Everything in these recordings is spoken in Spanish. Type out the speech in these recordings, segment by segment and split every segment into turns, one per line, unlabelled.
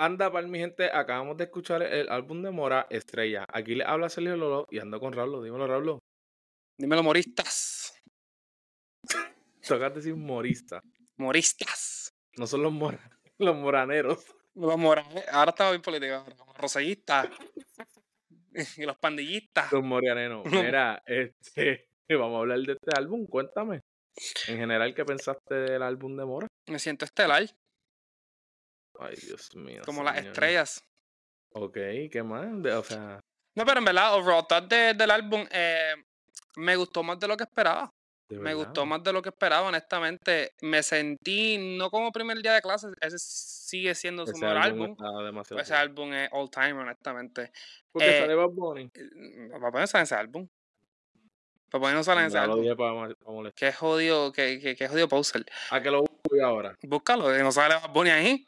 Anda, pal, mi gente, acabamos de escuchar el álbum de Mora, Estrella. Aquí le habla Sergio Lolo y ando con Rablo. Dímelo, Rablo.
Dímelo, moristas.
Tocas decir morista.
Moristas.
No son los mora, los moraneros.
Los mora- eh. Ahora estaba bien política. ahora, Los rosellistas y los pandillistas.
Los moraneros. Mira, este, vamos a hablar de este álbum. Cuéntame, en general, ¿qué pensaste del álbum de Mora?
Me siento estelar,
Ay, Dios mío.
como las
señor.
estrellas.
Ok, ¿qué más? De- o sea,
No, pero en verdad, overall thought de- del álbum eh, me gustó más de lo que esperaba.
de
Me
verdad.
gustó más de lo que esperaba, honestamente. Me sentí, no como primer día de clase, ese sigue siendo su
Ese
mejor
álbum
álbum. Pues,
está demasiado
Ese
bueno.
álbum es all time, honestamente.
Porque
eh,
sale Bad Bunny.
Papá no sale en ese álbum. Papá no sale en ese
Ya lo
álbum.
dije para molestar.
Qué jodido, qué, qué, qué jodido Poser.
¿A que lo busco yo ahora?
Búscalo, eh, no sale Bad Bunny ahí.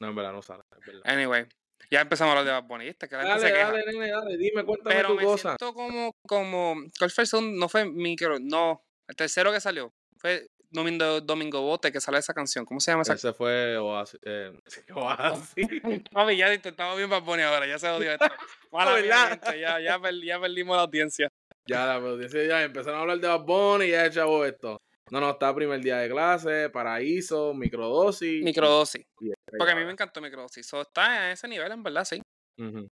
No, en verdad no sale, es verdad.
Anyway, ya empezamos a hablar de Bad Bunny, ¿viste? Que la gente
Dale,
se queja.
dale, nene, dale. Dime, cuéntame
Pero
tu
me
cosa.
siento como, como, ¿cuál fue el segundo? No fue micro, no, el tercero que salió fue Domingo, Domingo Bote, que sale esa canción. ¿Cómo se llama esa
Ese fue Oasis. Eh, Oasis.
Papi, ya intentamos bien Bad Bunny ahora, ya se odió esto. Mala mía,
¿Verdad?
gente, ya, ya, per- ya perdimos la audiencia.
ya, la audiencia ya empezaron a hablar de Bad Bunny y ya chavo esto. No, no, está primer día de clase, paraíso, microdosis.
Microdosis,
y estrella
porque a mí me
ahora.
encantó Microdosis. So, está en ese nivel, en verdad, sí.
Ujú.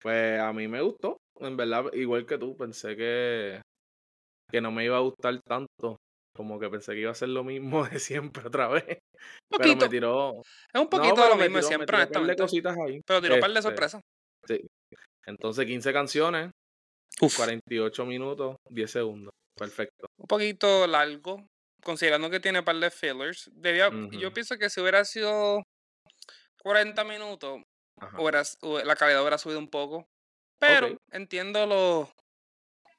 Pues a mí me gustó, en verdad, igual que tú, pensé que, que no me iba a gustar tanto. Como que pensé que iba a ser lo mismo de siempre otra vez.
Un
Pero
poquito,
me tiró.
es un
No,
poquito de
pero
lo
me
mismo
tiró,
de
me
siempre,
tiró un par de
honestamente.
cositas ahí.
Pero tiró un par de
Este,
sorpresas.
sí. Entonces, 15 canciones.
Uf.
48 minutos, 10 segundos. Perfecto.
un poquito largo, considerando que tiene par de fillers. Debía, yo
Ujú,
pienso que si hubiera sido 40 minutos,
ajá,
hubiera s- hue- la calidad hubiera subido un poco. Pero
Ah. ok.
entiendo lo,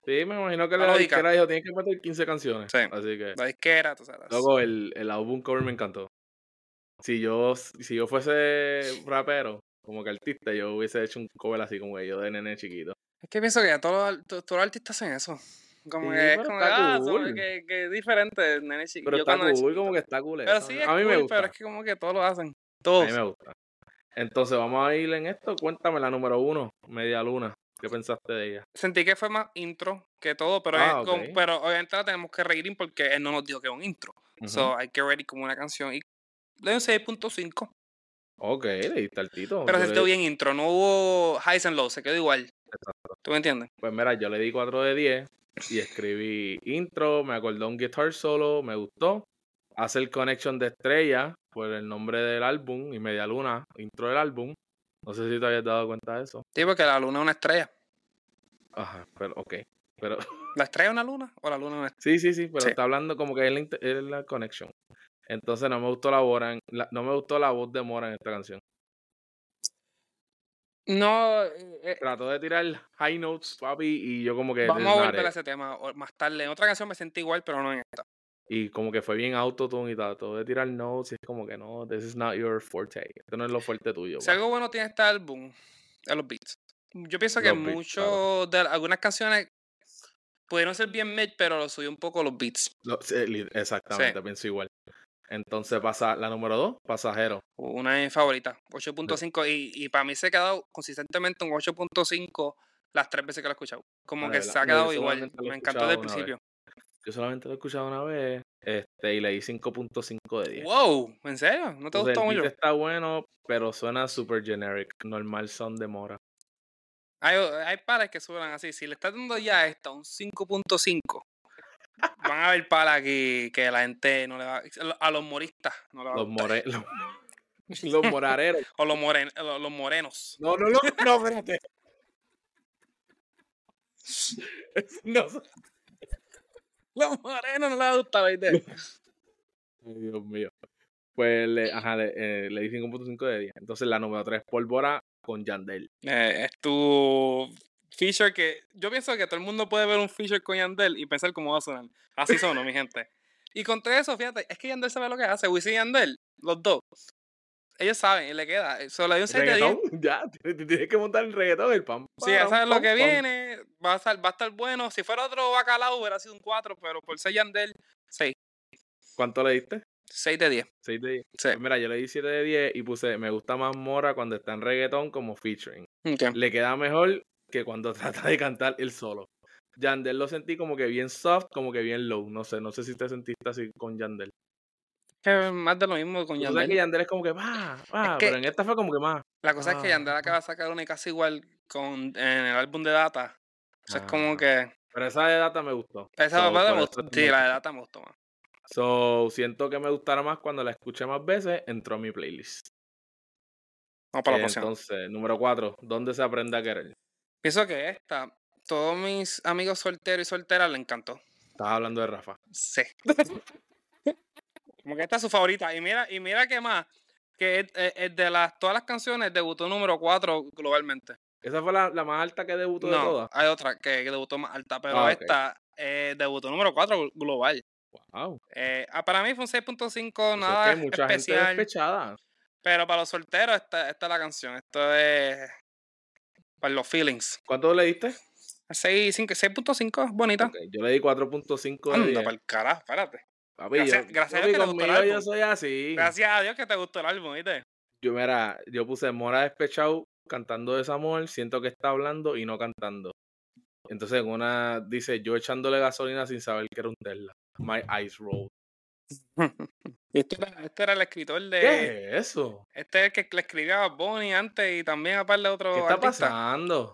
Sí, me imagino que
la
la
lógica.
disquera dijo, tienes que meter 15 canciones.
Sí, pues.
Así que,
la disquera, tú sabes.
luego el, el álbum cover me encantó. Si yo, si yo fuese rapero, como que artista, yo hubiese hecho un cover así como que yo de nene chiquito.
Es que pienso que ya todos los, ar- to- todos los artistas hacen eso. Como
Sí,
que es
pero
como que,
está
ah, so-
cool.
que, que es diferente. Nene chiqui-
Pero
yo
está
cuando era
cool, como
chiquito.
que está cool
Pero
eso.
sí es
A mí me
cool, pero
gusta,
es que como que todos lo hacen.
a mí
Todos.
me gusta. Entonces, vamos a ir en esto. Cuéntame la número uno, Media Luna. ¿Qué pensaste de ella?
Sentí que fue más intro que todo, pero, es
Ah, ok.
con- pero obviamente la tenemos que reír porque él no nos dijo que es un intro.
Ujú.
So hay que reír como una canción. Y le doy un 6.5.
Ok, le diste al tito.
Pero
Yo
se
le,
quedó bien intro, no hubo highs and lows, se quedó igual. ¿Tú me entiendes?
Pues mira, yo le di 4 de 10 y escribí intro, me acordó un guitar solo, me gustó. Hace el connection de estrella por el nombre del álbum y media luna, intro del álbum. No sé si te habías dado cuenta de eso.
Sí, porque la luna es una estrella.
Ajá, pero ok. Pero
¿La estrella es una luna o la luna es una
sí,
estrella?
sí, sí, pero
Sí.
está hablando como que es la, int- es la connection. Entonces no me gustó la, Bora en- la- no me gustó la voz de Mora en esta canción.
No, eh, eh,
Trató de tirar high notes, papi, y yo como que
vamos
"This
a
not
volver a
it".
ese tema o- más tarde. En otra canción me sentí igual, pero no en este. esta.
Y como que fue bien autotune y trató de tirar notes. Y es como que no, this is not your forte. Esto no es lo fuerte tuyo,
Si
pa.
algo bueno tiene este álbum, es los beats. Yo pienso que
Los beats, claro.
muchos de algunas canciones pudieron ser bien mid, pero lo subió un poco los beats.
Lo- sí, li-
Sí,
exactamente, pienso igual. Entonces pasa la número dos, pasajero.
una de mis favoritas,
Sí.
8.5. Y, y para mí se ha quedado consistentemente un 8.5 las tres veces que lo he escuchado. Como
Ah, de
que
verdad.
se ha
No, yo
quedado igual.
solamente lo he
Me encantó desde
escuchado
el
una vez.
principio.
Yo solamente lo he escuchado una vez. Este, y le di 5.5 de 10.
¡Wow! ¿En serio? ¿No te
Entonces el
gustó
beat
mucho?
está bueno, pero suena super generic. Normal son de Mora.
Hay, o- hay palas que suenan así. Si le estás dando ya a esta un 5.5, van a haber palas que, que la gente no le va a... lo- A los moristas no le va a
Los,
gustar.
more, los, los morareros.
O los, moren, lo- los morenos.
No, no, no, no, espérate. No,
Los morenos no les va a gustar, ¿oíste?
Ay, Dios mío. Pues le, ajá, le, eh, le di 5.5 de 10. Entonces la número 3, Pólvora con Yandel.
Eh, es tu feature que. Yo pienso que todo el mundo puede ver un feature con Yandel y pensar cómo va a sonar. Así sonó, mi gente. Y contra eso, fíjate, es que Yandel sabe lo que hace. Wisin y Yandel, los dos. Ellos saben y le queda. eh, Solo hay un 6 de 10.
Reggaetón, ya, te, te tienes que montar el reggaetón, el pam,
Si ya
param,
sabes lo
pam,
que
pam.
viene, va a, estar, va a estar bueno. Si fuera otro bacalao, hubiera sido un 4, pero por ser Yandel, 6.
¿Cuánto le diste?
6 de 10.
6 de 10.
Sí.
Pues mira, yo le di 7 de 10 y puse me gusta más Mora cuando está en reggaetón como featuring.
Ok.
Le queda mejor que cuando trata de cantar él solo. Yandel lo sentí como que bien soft, como que bien low. No sé, no sé si te sentiste así con Yandel.
Que más de lo mismo con
Tú sabes que
Yandel.
Yandel es como que va, va,
Es que-
pero en esta fue como que más.
La cosa es que
Ah.
Yandel acaba de sacar una casi igual con, en el álbum de Data. Eso es como
Ah.
que.
Pero esa de data me gustó.
Esa
So,
papá
por
me
eso
gustó.
es
Sí,
como-
la de Data me gustó más.
So, siento que me gustará más cuando la escuché más veces, entró a mi playlist.
Vamos para la
Eh,
próxima.
Entonces, número 4, ¿dónde se aprende a querer?
Pienso que esta, todos mis amigos solteros y solteras le encantó.
Estás hablando de Rafa.
Sí. Como que esta es su favorita. Y mira, y mira que más, que es, es- es de las, todas las canciones debutó número 4 globalmente.
Esa fue la, la más alta que debutó de
No,
todas.
hay otra que, que debutó más alta, pero
Ah, ok.
esta eh, debutó número 4 global.
Wow.
Eh, ah, para mí fue un 6.5,
Eso Pues es
nada
que hay mucha
especial.
gente despechada.
pero para los solteros, esta, esta es la canción. Esto es para los feelings.
¿Cuánto le diste?
Seis, cinco- 6.5, bonita.
Ok, yo le di 4.5 de
Anda
10.
para el carajo, espérate.
Papi,
Gracias-
yo,
gracias a
papi,
Dios que le gustó el
conmigo yo
álbum.
soy así.
Gracias a Dios que te gustó el álbum, ¿viste?
Yo, mira, yo puse Mora despechado cantando desamor, siento que está hablando y no cantando. Entonces en una dice, yo echándole gasolina sin saber que era un Tesla. My eyes roll.
Este era, este era el escritor de.
¿Qué es eso?
Este es el que le escribía a Bonnie antes y también aparte de otro
¿Qué está
oh, artista.
pasando?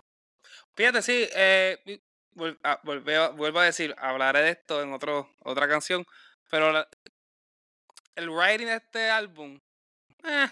Fíjate, sí, eh, y vol- ah, volveo- vuelvo a decir, hablaré de esto en otro, otra canción, pero la- el writing de este álbum, eh,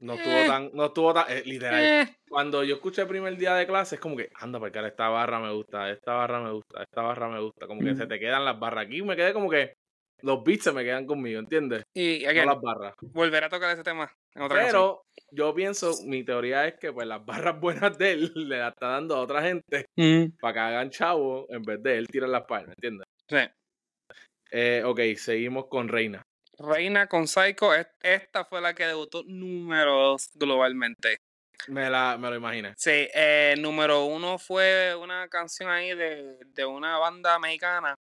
No
Eh.
estuvo tan, no estuvo tan, eh, literal.
eh,
Cuando yo escuché el primer día de clase, es como que, anda, para cara, esta barra me gusta, esta barra me gusta, esta barra me gusta. Como que se
Ujú.
te quedan las barras. Aquí me quedé como que los beats se me quedan conmigo, ¿entiendes?
y
No
again,
las barras.
volveré a tocar ese tema en otra canción.
Pero yo pienso, mi teoría es que pues las barras buenas de él le las está dando a otra gente
Mm,
para que hagan chavo en vez de él tirar las palmas, ¿entiendes?
sí.
Eh, ok, seguimos con Reina.
Reina con Psycho, es- esta fue la que debutó número 2 globalmente.
Me, la, me lo imaginé.
Sí, eh, número uno fue una canción ahí de, de una banda mexicana,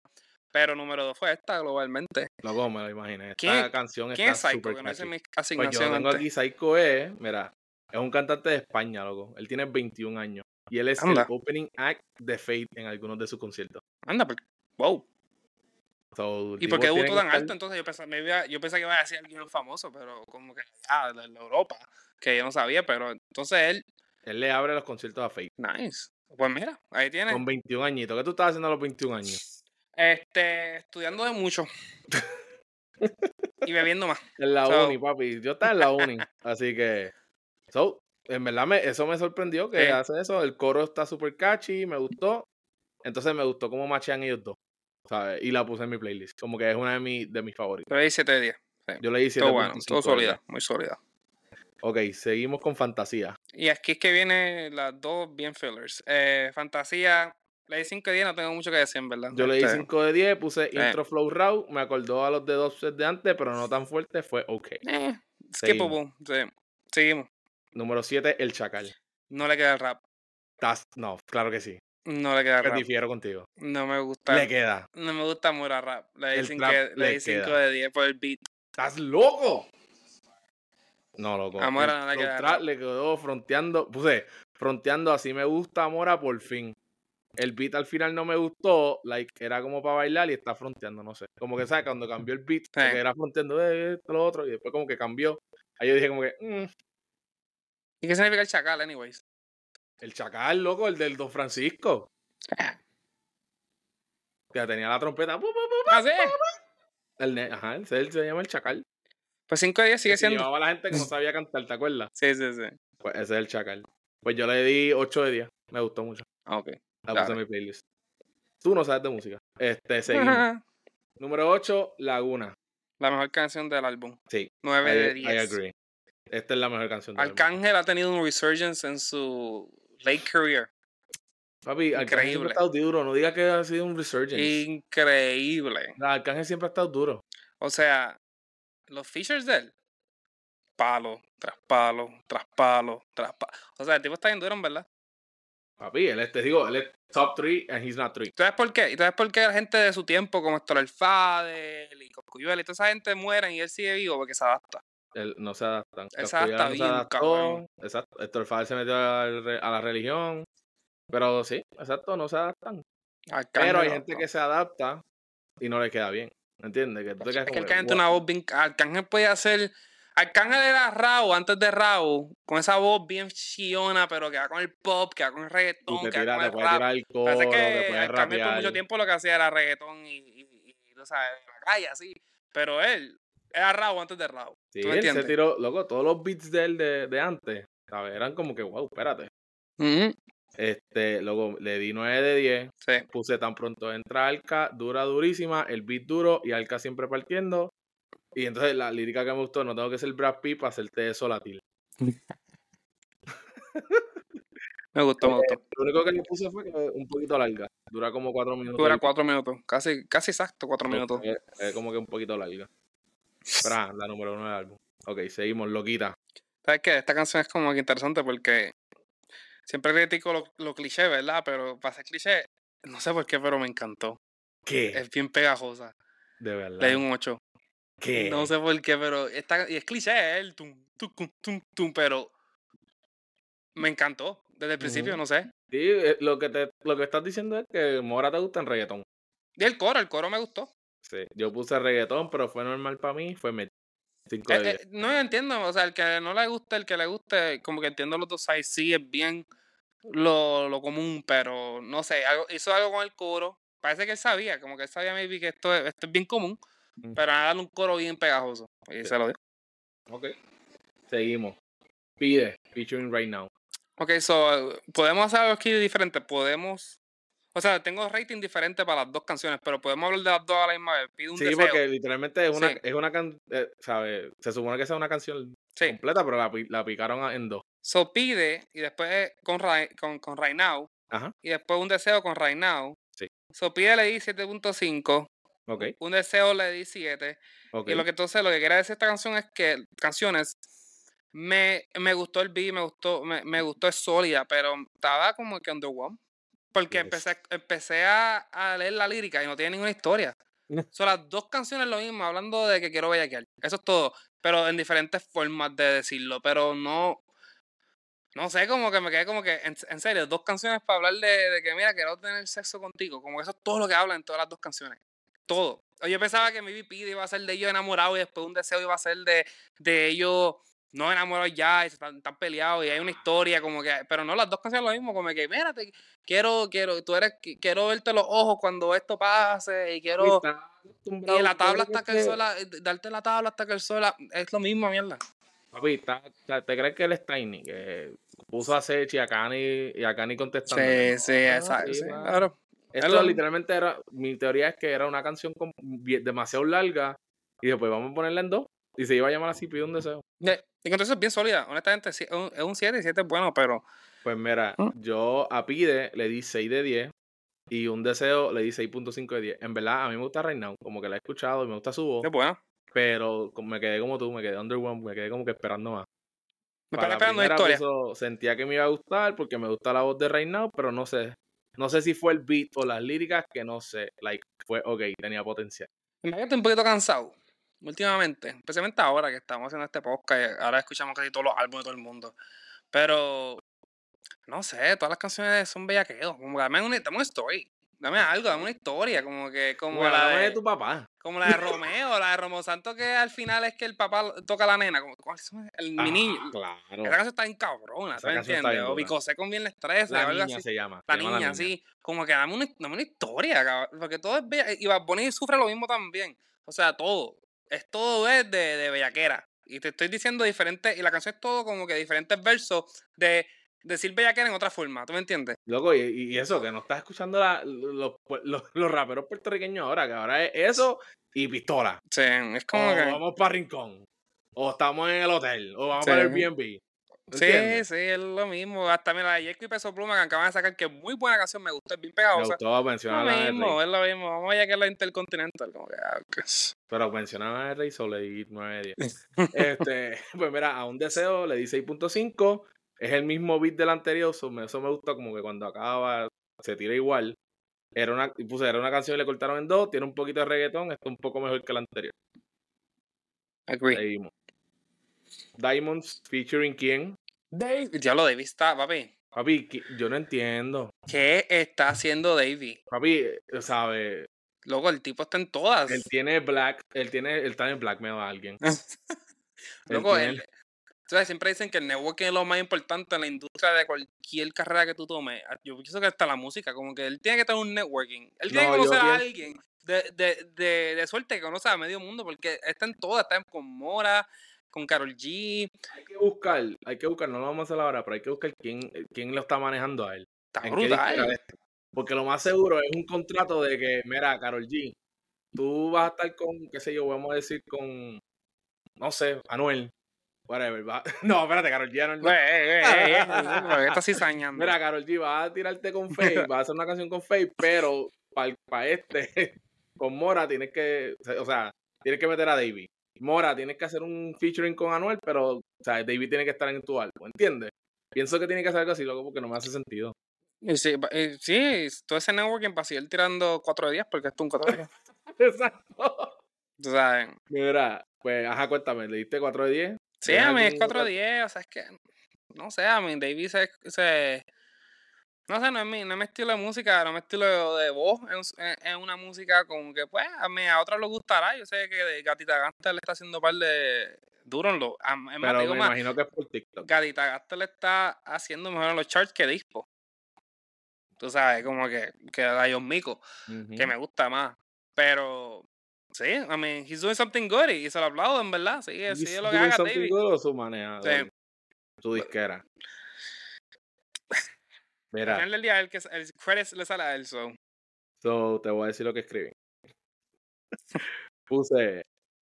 pero número dos fue esta globalmente.
Loco, me lo imaginé. Esta
¿Quién-
canción
¿Quién
está
es Psycho?
súper
Que no hice
catchy.
mi
Pues yo
asignación
tengo
antes.
aquí Psycho E, mira, es un cantante de España, loco. Él tiene 21 años y él es
Anda.
el opening act de Fate en algunos de sus conciertos.
Anda, por- wow.
So, el
¿Y por
tipo
qué
tiene
debutó
que
tan
estar-
alto? Entonces yo pensaba, me iba- yo pensaba que iba a decir alguien famoso, pero como que ah, de la Europa, que yo no sabía, pero entonces él,
Él le abre los conciertos a Fate
nice. Pues mira, ahí tiene.
con 21 añitos. ¿Qué tú estabas haciendo a los 21 años?
Este, estudiando de mucho. y bebiendo más.
En la
So-
uni, papi. Yo estaba en la uni. así que. So, en verdad, me- eso me sorprendió que
Sí.
hace eso. El coro está súper catchy, me gustó. Entonces me gustó cómo machean ellos dos. ¿Sabes? Y la puse en mi playlist. Como que es una de, mis de mis favoritas.
Pero ahí 7 de 10.
Yo le hice
Todo bueno, todo sólida, muy sólida.
Ok, seguimos con fantasía.
Y aquí es que vienen las dos bien fillers. Eh, fantasía, le di 5 días, no tengo mucho que decir, en verdad.
Yo le di
Este,
5 de 10, puse
Sí.
intro flow raw. Me acordó a los de dos sets de antes, pero no tan fuerte. Fue ok.
eh,
Seguimos.
skippable, sí. Seguimos.
Número 7, el chacal.
No le queda el rap.
Tas- no, claro que sí.
No le queda el
Yo
rap.
difiero contigo.
No me gusta.
Le queda.
No me gusta Mura Rap. Le
El
di 5
trap le queda.
de 10 por el beat.
¡Estás loco! No, loco.
A
el
Mora no le queda
soundtrack
nada.
le quedó fronteando. Puse, fronteando así me gusta Mora por fin. El beat al final no me gustó, like, era como para bailar y está fronteando, no sé. Como que, ¿sabes? Cuando cambió el beat,
Sí.
porque era fronteando eh, esto, lo otro, y después como que cambió. Ahí yo dije como que, mm,
¿Y qué significa el chacal, anyways?
el chacal, loco, el del Don Francisco. Que tenía la trompeta. pu, pu, pu.
Ah, sí.
El ne- ajá, ese él se llama el chacal.
Pues 5 de 10 sigue
que se
siendo.
llevaba a la gente que no sabía cantar, ¿te acuerdas?
Sí, sí, sí.
Pues ese es el chacal. Pues yo le di 8 de 10. Me gustó mucho.
Ah, ok.
La puse
Dale.
en mi playlist. Tú no sabes de música. Este, seguimos. Número 8, Laguna.
La mejor canción del álbum.
Sí,
9 de
I, I
10.
agree. Esta es la mejor canción del álbum.
Arcángel ha tenido un resurgence en su late career.
Papi, Arcángel siempre
increíble.
ha estado duro. No diga que ha sido un resurgence.
Increíble.
No, Arcángel siempre ha estado duro.
O sea, los features de él, palo, tras palo, tras palo, tras palo. O sea, el tipo está bien duro, en verdad.
Papi, él es, te digo, él es top 3 and he's not 3.
¿Tú sabes por qué? ¿Y tú sabes por qué la gente de su tiempo, como Héctor el Fadel y Coscuyuela y toda esa gente mueren y él sigue vivo porque se adapta?
Él no se adaptan.
Él se
Cosculluela
adapta
no se
bien,
adaptó,
cabrón.
Exacto. Héctor Fadel se metió a la, re- a la religión. Pero sí, exacto, no se adaptan. Pero hay gente que se adapta y no le queda bien. ¿Entiendes? Que tú te quedas
Pues, Es que
como
él
que,
cae entre
"Wow".
una voz bien. Arcángel podía hacer. Arcángel era Raúl antes de Raúl, con esa voz bien chillona, pero que va con el pop, que va con el
Y
reggaetón,
te
que va
tira,
con
te
el
puede
rap.
tirar el coro,
Parece
te
que
puede
al Carmen por
rapear.
mucho tiempo lo que hacía era reggaetón y, y, y tú sabes, en la calle así. Pero él era Raúl antes de Raúl.
Sí,
¿tú me
él se
entiendes?
tiró, loco, todos los beats de él de, de antes, ¿sabes? Eran como que, wow, espérate. Este, luego le di 9 de 10,
Sí.
puse tan pronto entra Alca, dura durísima, el beat duro y Alca siempre partiendo. Y entonces la lírica que me gustó, no tengo que ser Brad Pitt para hacerte eso latir.
Me gustó, me gustó.
Lo único que le puse fue que un poquito larga, dura como 4 minutos.
Dura cuatro minutos, casi, casi exacto cuatro minutos.
Es, como que un poquito larga. Pero ah, la número 1 del álbum. Ok, seguimos, loquita.
¿Sabes qué? Esta canción es como que interesante porque siempre critico lo, lo cliché, ¿verdad? Pero para ser cliché, no sé por qué, pero me encantó.
¿Qué?
Es bien pegajosa.
De verdad.
Le di Eh, un 8.
¿Qué?
No sé por qué, pero esta, y es cliché, ¿eh? el tum, tum, tum, tum, tum, pero me encantó desde el principio,
Ujú.
no sé.
Sí, eh, lo que, te, lo que estás diciendo es que Mora te gusta en reggaetón.
Y el coro, el coro me gustó.
Sí, yo puse reggaetón, pero fue normal para mí, fue mid. 5 de
Eh,
10.
eh, no entiendo, o sea, el que no le gusta, el que le guste, como que entiendo los dos sides, sí es bien lo, lo común, pero no sé, algo- hizo algo con el coro. Parece que él sabía, como que él sabía maybe que esto es, esto es bien común,
Ujú.
pero a darle un coro bien pegajoso. Y
Sí.
se lo dio.
Ok. Seguimos. Pide, featuring right now.
Ok, so, eh, podemos hacer algo aquí diferente. Podemos. O sea, tengo rating diferente para las dos canciones, pero podemos hablar de las dos a la misma vez. Pido un
Sí,
deseo.
porque literalmente es una,
Sí.
es una can, eh, ¿sabes? Se supone que sea una canción
Sí.
completa, pero la, pi- la picaron a- en dos.
So, pide y después eh, con, Ra- con, con Right Now.
Ajá.
Y después un deseo con Right Now.
Sí.
So, pide le di 7.5.
Ok,
Un deseo le di 7.
ok.
Y lo que entonces lo que quería decir esta canción es que canciones me, me gustó el beat, me gustó, me, me gustó es sólida, pero estaba como que underwhelmed. Porque
Yes.
empecé, a- empecé a, a leer la lírica y no tiene ninguna historia. Son las dos canciones lo mismo, hablando de que quiero bellaquear. Eso es todo. Pero en diferentes formas de decirlo. Pero no. No sé, como que me quedé como que. En, en serio, dos canciones para hablar de, de que, mira, quiero tener sexo contigo. Como que eso es todo lo que hablan en todas las dos canciones. Todo. Yo pensaba que mi VP iba a ser de ellos enamorados y después un deseo iba a ser de, de ellos no enamorados ya y se están, están peleados y hay una historia como que. Pero no, las dos canciones lo mismo, como que, mira, te- quiero, quiero, tú eres, qui- quiero verte los ojos cuando esto pase y quiero. Y la tabla hasta que el sol, la- eh, darte la tabla hasta que el sol, la- es lo mismo, mierda.
Papi, está- o sea, ¿te crees que él es Tiny? Que puso a Sechi y a Kanye y a Kanye contestando. "Ah,
exacto, claro.
Esto
Hello.
literalmente era, mi teoría es que era una canción con- bien- demasiado larga y después vamos a ponerla en dos y se iba a llamar así, pide un deseo.
Eh, Y entonces es bien sólida, honestamente, sí, es un- es un 7 y 7 es bueno, pero
Pues mira,
Ah.
yo a Pide le di 6 de 10 y un deseo le di 6.5 de 10. En verdad, a mí me gusta Right Now, como que la he escuchado y me gusta su voz,
es bueno.
pero como- me quedé como tú, me quedé underwhelmed, me quedé como que esperando más.
Me
Para
están
la
esperando una
primera
historia.
puso- sentía que me iba a gustar porque me gusta la voz de Right Now, pero no sé. No sé si fue el beat o las líricas que no sé. Like, fue ok, tenía potencial.
Me estoy un poquito cansado últimamente, especialmente ahora que estamos haciendo este podcast y ahora escuchamos casi todos los álbumes de todo el mundo. Pero, no sé, todas las canciones son bellaqueos, como que dame una, dame una story, dame algo, dame una historia, como que, como
Bueno,
la
no me
de-
de tu papá.
Como la de Romeo, la de Romeo Santo, que al final es que el papá lo- toca a la nena. Como, ¿cuál es el, mi
Ah,
niño.
Claro.
Esa canción está bien cabrona,
Esa
¿tú me
canción está
entiendes?
bien
O
dura.
Bicosé con bien la estresa,
La
o algo
niña
así.
se llama.
La
se llama
niña, así. Como que dame una, dame una historia, cabrón. Porque todo es bella. Y Bad Bunny sufre lo mismo también. O sea, todo. Es todo es de, de bellaquera. Y te estoy diciendo diferentes. Y la canción es todo como que diferentes versos de decir bellaquera en otra forma. ¿Tú me entiendes?
Loco, y, y eso, que no estás escuchando la- los, pues, los- los raperos puertorriqueños ahora, que ahora es eso y pistola.
Sí, es
O
como que.
Oh, vamos para Rincón. O estamos en el hotel. O vamos
Sí.
para el Airbnb.
Sí,
¿Entiendes?
sí, es lo mismo. Hasta mira, la de Jericho y Peso Pluma que acaban de sacar, que es muy buena canción, me gusta, es bien
Me
pegajosa.
gustó
Es lo
mencionar la de Rey.
mismo, es lo mismo. Vamos allá que es la Intercontinental. Como que, ah, ok.
Pero mencionaban a Rey, so le di 9 de 10. este, pues mira, a un deseo le di 6.5 es el mismo beat del anterior, so me- eso me gusta como que cuando acaba se tira igual. Era una, y puse, era una canción y le cortaron en dos, tiene un poquito de reggaetón, está un poco mejor que la anterior.
Agree.
Seguimos. Diamonds featuring quién?
Dave. Ya lo Davey está, papi.
Papi, qui- yo no entiendo.
¿Qué está haciendo Davey?
Papi, eh, sabe,
Loco, el tipo está en todas.
él tiene black, él tiene, él está en blackmail a alguien. Él
Loco,
tiene-
el- tú sabes, siempre dicen que el networking es lo más importante en la industria de cualquier carrera que tú tomes. Ah, Yo pienso que hasta la música, como que él tiene que tener un networking. Él tiene
No,
que
yo
conocer a
pienso-
alguien de, de, de, de suerte que conoce a medio mundo, porque está en todas, está con Mora, con Carol G,
hay que buscar, hay que buscar, no lo vamos a hacer ahora, pero hay que buscar quién, quién lo está manejando a él.
está
¿En qué disquera
brutal.
es? Porque lo más seguro es un contrato de que, mira, Carol G, tú vas a estar con, qué sé yo, vamos a decir con, no sé, Anuel, whatever. va- No, espérate, Carol G, Anuel. no.
Güey, güey,
Ah,
güey, güey, eh, porque está cizañando.
Mira, Carol G, vas a tirarte con Faye, vas a hacer una canción con Faye, pero para este, con Mora tienes que, o sea, tienes que meter a Davey. Mora, tienes que hacer un featuring con Anuel, pero, o sea, Davey tiene que estar en tu álbum, ¿entiendes? Pienso que tiene que hacer algo así, loco, porque no me hace sentido.
Y Sí, va- eh, sí, es- todo ese networking para seguir tirando 4 de 10 porque esto es un 4 de 10.
Exacto.
Tú sabes.
Mira, pues, ajá, cuéntame, ¿le diste 4 de 10?
Sí,
¿Tienes
a mí es
algún
4
otro-
10, o sea, es que. No sé, a mí David se. se- no sé, no es, mi, no es mi estilo de música, no es mi estilo de voz. Es, un s- es- es una música como que, pues, a, mí, a otros les gustará. Yo sé que de Gatita Gangster le está haciendo par de. Duro en lo. a- Es más,
Pero
te digo
me
más.
imagino que es por TikTok.
Gatita Gangster le está haciendo mejor en los charts que Dispo. Tú sabes, como que, que Lion Mico que me gusta más. Pero sí, I mean, he's doing something good y se lo aplaudo, en verdad. Sí,
He's
sí, lo que
doing
haga
something
David.
good o su manejador,
Sí.
su disquera.
Pues, Al
Mira,
final del día, el, que, el credit le sale a él, so.
so, te voy a decir lo que escribí. Puse,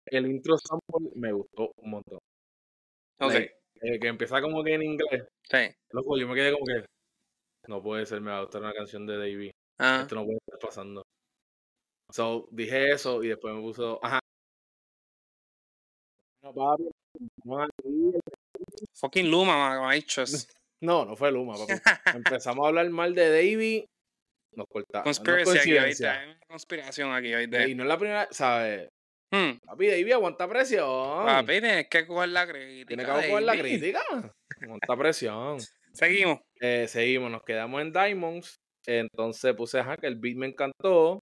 el intro sample me gustó un montón.
Ok,
Like, eh, que empieza como que en inglés.
sí.
Loco, yo me quedé como que, no puede ser, me va a gustar una canción de Davey.
Ah,
esto no puede estar pasando. So, dije eso y después me puso, ajá. No, papi, no van a ir.
fucking Luma, ma- machos.
Ah, No, no fue Luma, papi. Empezamos a hablar mal de Davey, nos cortaron. No es
Conspiracy aquí ahorita.
coincidencia.
Hay una conspiración aquí
Y
ahorita.
no es la primera, ¿sabes?
Hmm,
Papi, Davey aguanta presión.
Papi, tienes que coger la crítica.
Tiene que aguantar la
David.
crítica. Aguanta presión.
Seguimos.
Eh, seguimos, nos quedamos en Diamonds. Entonces puse, ajá, que el beat me encantó.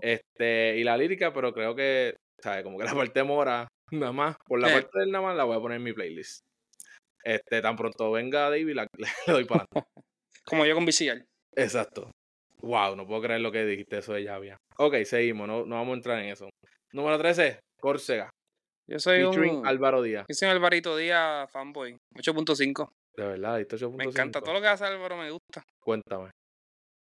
Este, y la lírica, pero creo que, ¿sabes? Como que la parte de Mora, nada más, por la
Sí.
parte del nada más, la voy a poner en mi playlist. Este, tan pronto venga David, la, le doy para
Como yo con VCR.
Exacto. Wow, no puedo creer lo que dijiste eso de Javia. Ok, seguimos, no, no vamos a entrar en eso. Número 13, Córcega,
Yo soy
featuring
un.
Álvaro Díaz.
Yo soy un Alvarito Díaz fanboy. 8.5.
De verdad, diste
Me encanta
8.5.
todo lo que hace Álvaro, me gusta.
Cuéntame.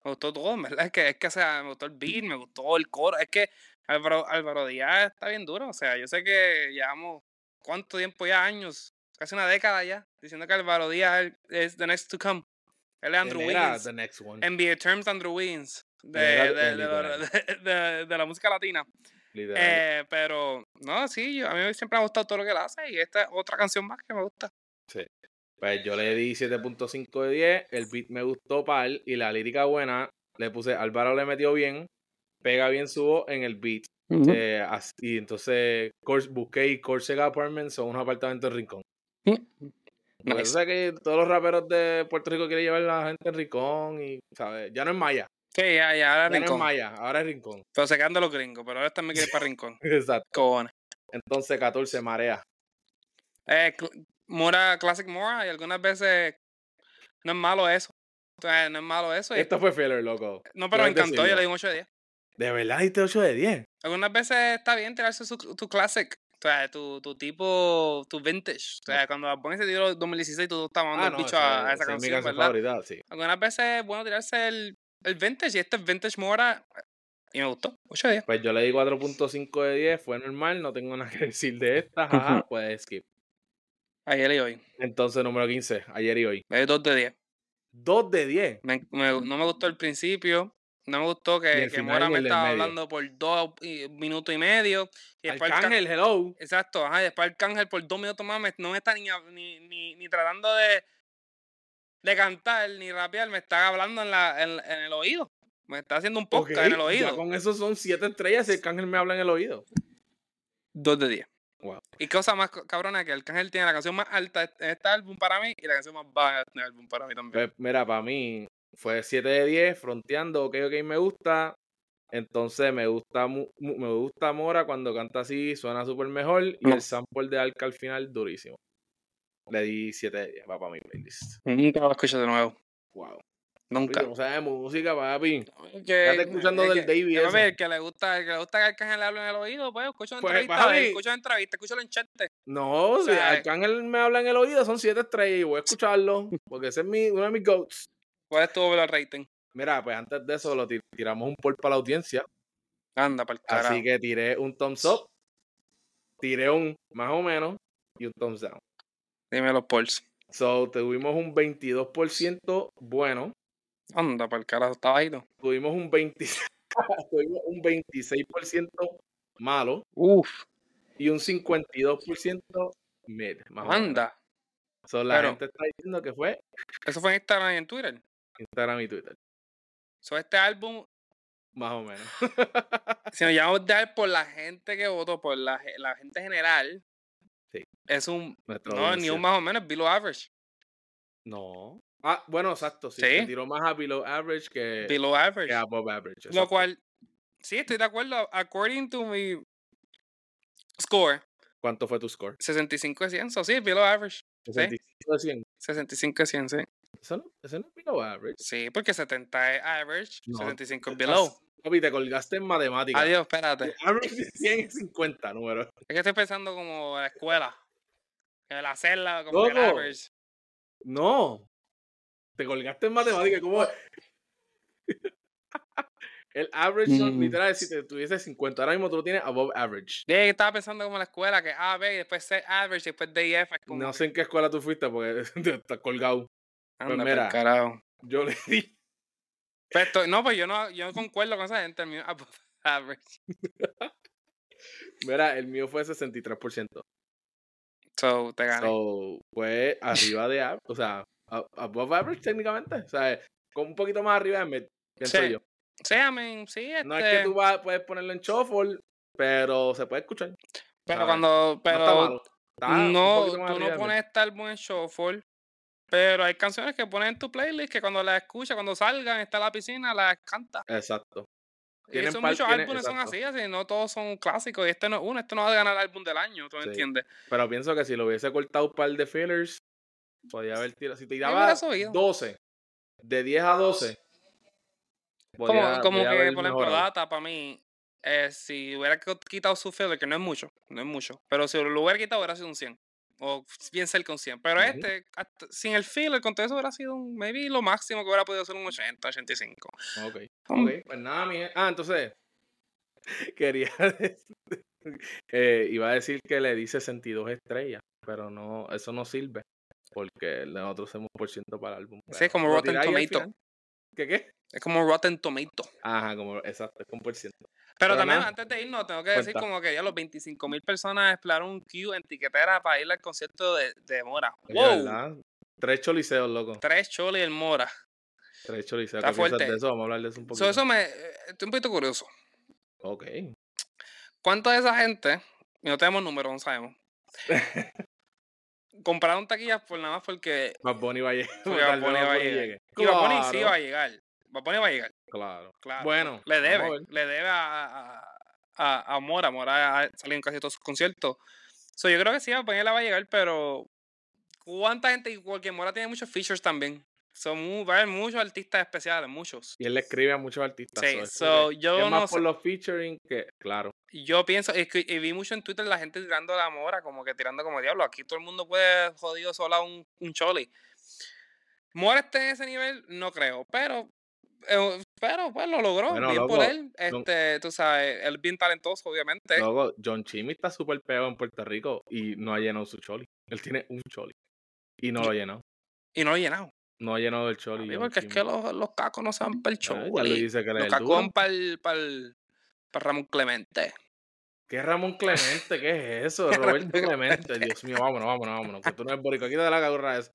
Me gustó todo, en ¿verdad? Es que, es que o sea, me gustó el beat, me gustó el coro. Es que Álvaro, Álvaro Díaz está bien duro. O sea, yo sé que llevamos cuánto tiempo ya, años, casi una década ya, diciendo que Álvaro Díaz es the next to come. Él es Andrew
Mira,
Wiggins.
the next one.
NBA Terms Andrew Wiggins. De,
Era-
de-
eh,
de lo-
literal.
de- de- de la música latina.
literal.
Eh, pero, no, sí, yo- a mí siempre me ha gustado todo lo que él hace y esta es otra canción más que me gusta.
Pues yo le di 7.5 de 10, el beat me gustó pal y la lírica buena, le puse Álvaro le metió bien, pega bien su voz en el beat. eh, as- y entonces Cors- busqué y Corsega Apartments son un apartamento en Rincón. Porque tú
Nice.
sabes que todos los raperos de Puerto Rico quieren llevar a la gente en Rincón y, ¿sabes? Ya no es Maya,
Sí, ya, ya, ahora
ya no es
Rincón.
Maya, ahora es Rincón.
pero se quedan de los gringos, pero ahora también quiere ir para Rincón.
Exacto.
Cojones.
Entonces 14, Marea.
Eh, cl- Mora, Classic Mora, y algunas veces no es malo eso. Entonces, no es malo eso. y-
Esto fue filler, loco.
no, pero me
hay que
encantó, yo
decirlo.
le di un 8 de 10.
De verdad diste 8 de 10.
Algunas veces está bien tirarse su, tu Classic, o sea, tu, tu tipo, tu vintage. O sea, cuando pones ese tiro 2016, tú estás
Ah,
mandando el bicho a, a esa
es mi
canción,
canción
¿verdad?
favorita, sí.
Algunas veces es bueno tirarse el, el vintage, y este es vintage Mora, y me gustó, 8 de 10.
Pues yo le di 4.5 de 10, fue normal, no tengo nada que decir de esta, jaja,
Ujú.
pues skip.
Ayer y hoy,
Entonces, número 15, ayer y hoy.
le doy 2 de 10.
2 de 10.
Me- me- no me gustó el principio. No me gustó
Ni
que,
el
que
final
Mora
ni
me
el del
estaba
medio.
hablando por dos y- minutos y medio. Y después Arca-
Arcángel, hello.
Exacto, ajá, y después Arcángel por dos minutos más me- no me está ni, hab- ni, ni, ni tratando de, de cantar ni rapear, me está hablando en, la, en, en el oído. Me está haciendo un podcast
Ok,
en el
Ya
oído.
con eso son siete estrellas y Arcángel me habla en el oído.
Dos de diez.
Wow.
Y cosa más co- cabrona que Arcángel tiene la canción más alta en este álbum para mí y la canción más baja en este álbum para mí también.
Pues, mira, para mí fue 7 de 10, fronteando, ok, ok, me gusta. Entonces me gusta mu- mu- me gusta Mora cuando canta así, suena súper mejor. Y
No.
el sample de Alca al final, durísimo. Le di 7 de 10, va para mi playlist.
Nunca lo escucho de nuevo.
Wow.
Nunca.
O sea, música, papi.
Que-
Estás escuchando
es
del
que-
Davey
que, papi,
ese.
el que le gusta, el que le gusta que Arcángel le hable en el oído, pues escucha
Pues,
entrevistas,
papi.
escucha entrevistas, escúchalo en chat.
No, si
sea,
Arcángel me habla en el oído, son 7 estrellas y voy a escucharlo. Porque ese es mi, uno de mis goats.
¿Cuál es tu overall rating?
Mira, pues antes de eso lo ti- tiramos un poll para la audiencia.
Anda, para el carajo.
Así que tiré un thumbs up, tiré un más o menos y un thumbs down.
Dime los polls.
So, tuvimos un 22% bueno,
Anda, para el carajo, está bajito.
tuvimos un, 20 tuvimos un 26% malo
Uf,
y un 52% mid. Más o menos.
anda.
So, la
Pero-
gente está diciendo que fue
Eso fue en Instagram y en Twitter.
Instagram y Twitter.
So, este álbum,
Más o menos.
si nos llamamos de álbum por la gente que votó, por la, ge- la gente general,
Sí.
es un.
Nuestra
No, ni
audiencia.
un más o menos, below average.
No. Ah, bueno, exacto. Sí,
Sí.
se tiró más a below average que,
Below
que
average.
above average.
Lo
exacto.
cual, sí, estoy de acuerdo. According to mi score,
¿Cuánto fue tu score?
65 de 100. So, sí, below average.
65 de 100.
65 de 100, sí.
Eso no, eso no es below average.
Sí, porque 70 es average,
No,
75 es
Estás-
below.
Papi, te colgaste en matemáticas.
Adiós, espérate.
Average de 100 es 50 números.
Es que estoy pensando como la escuela. Que la celda, como que el
Loco.
average.
No. Te colgaste en matemáticas. ¿Cómo es? El average, no,
Mm.
literal, si te tuviese 50, ahora mismo tú lo tienes above average.
Sí, estaba pensando como la escuela, que A, B, y después C, average, y después D y F. Es como
No
que,
sé en qué escuela tú fuiste porque te estás colgado.
Anda, pa'l
mira.
carajo.
Yo le di.
Pero esto- no, pues yo no, yo no concuerdo con esa gente. el mío es above average.
Mira, el mío fue 63%.
So, te gané.
So, fue arriba de average. O sea, a- above average técnicamente. O sea, con un poquito más arriba de mid, pienso
Sí.
yo.
sí, I mean, sí, este...
No es que tú vas- puedes ponerlo en shuffle, pero se puede escuchar. No
pero
sabes,
cuando... Pero,
está malo. Está un
No,
poquito más
tú
arriba
no
de
pones este álbum en shuffle, pero hay canciones que pones en tu playlist que cuando las escuchas, cuando salgan, está en la piscina, las canta.
mí. Exacto.
Y
Tienen
son
par-
muchos
tienen-
álbumes son
exacto.
así, así, no todos son clásicos. Y este no es uno, este no va a ganar el álbum del año, ¿tú me
Sí.
entiendes?
Pero pienso que si lo hubiese cortado un par de fillers, podía haber tirado. Si tiraba
hubiera subido.
12, de 10 a 12,
Como,
podía-
como
podía
que,
haber
por ejemplo,
mejorado.
Data, para mí, eh, si hubiera qu- quitado su filler, que no es mucho, no es mucho, pero si lo hubiera quitado, hubiera sido un 100. O bien cerca de un 100. Pero
Ujú.
este, hasta- sin el filler, con todo eso hubiera sido un, maybe lo máximo que hubiera podido ser un 80, 85.
Ok,
Un-
ok. Pues nada, mi Ah, entonces, quería decir- eh, iba a decir que le di 62 estrellas, pero no, eso no sirve. Porque nosotros hacemos por ciento para el álbum.
Sí,
pero
como
lo
Rotten
tiré ahí al
Tomato.
final. ¿Qué qué?
Es como Rotten Tomato.
Ajá, como exacto, es un por ciento.
Pero,
Pero
también
nada,
antes de irnos, tengo que decir
cuenta.
como que ya los 25 mil personas exploraron un queue en tiquetera para ir al concierto de, de Mora.
Oye,
¡Wow!
¿verdad? Tres choliseos, loco.
Tres choles y el Mora.
Tres choliseos.
Está
¿Qué piensas
fuerte.
de eso? Vamos a hablar de eso un
So,
poquito.
eso me... eh, Estoy un poquito curioso.
Ok.
¿Cuánta de esa gente, y no tenemos números, no sabemos, compraron taquillas por nada más porque
Más Bonnie va a llegar.
Bad
tal vez
Bunny
Bad
va a
Bunny
llegar.
llegue.
y Bad Bunny sí
Claro,
va a llegar. Bad Bunny va a llegar,
Claro.
claro.
Bueno,
Le
vamos a
debe,
ver.
le debe a, a- a- a Mora. Mora ha salido en casi todos sus conciertos. So, yo creo que sí, a Peña la va a llegar, pero ¿cuánta gente? Y Porque Mora tiene muchos features también. Son mu- va a haber muchos artistas especiales, muchos.
Y él le escribe a muchos artistas. so es
Sí,
como que-
so, yo
es más
no sé.
por los featuring que, claro,
Yo pienso, es que- y vi mucho en Twitter la gente tirando la mora, como que tirando como diablo. Aquí todo el mundo puede jodido sola un, un choli. Mora esté en ese nivel, no creo, pero, eh, pero pues lo logró,
Bueno,
bien por
loco,
él. Este, tú sabes, él bien talentoso, obviamente.
luego John Chimmy está súper pegado en Puerto Rico y no ha llenado su choli. Él tiene un choli y no lo ha llenado.
Y no lo he llenado.
No ha llenado el
papi,
choli. John
porque es
Chimmy.
que los, los cacos no se van para el
Ah,
choli.
ya lo dice que le
los
es el
cacos
duro.
van para Ramón Clemente.
¿Qué es Ramón Clemente? ¿Qué es eso? Roberto Clemente. Dios mío, vámonos, vámonos, vámonos. Que tú no eres boricua. Quítate la gorra esa.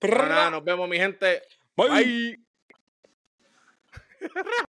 Pero nada, nos vemos, mi gente.
Bye.
Bye.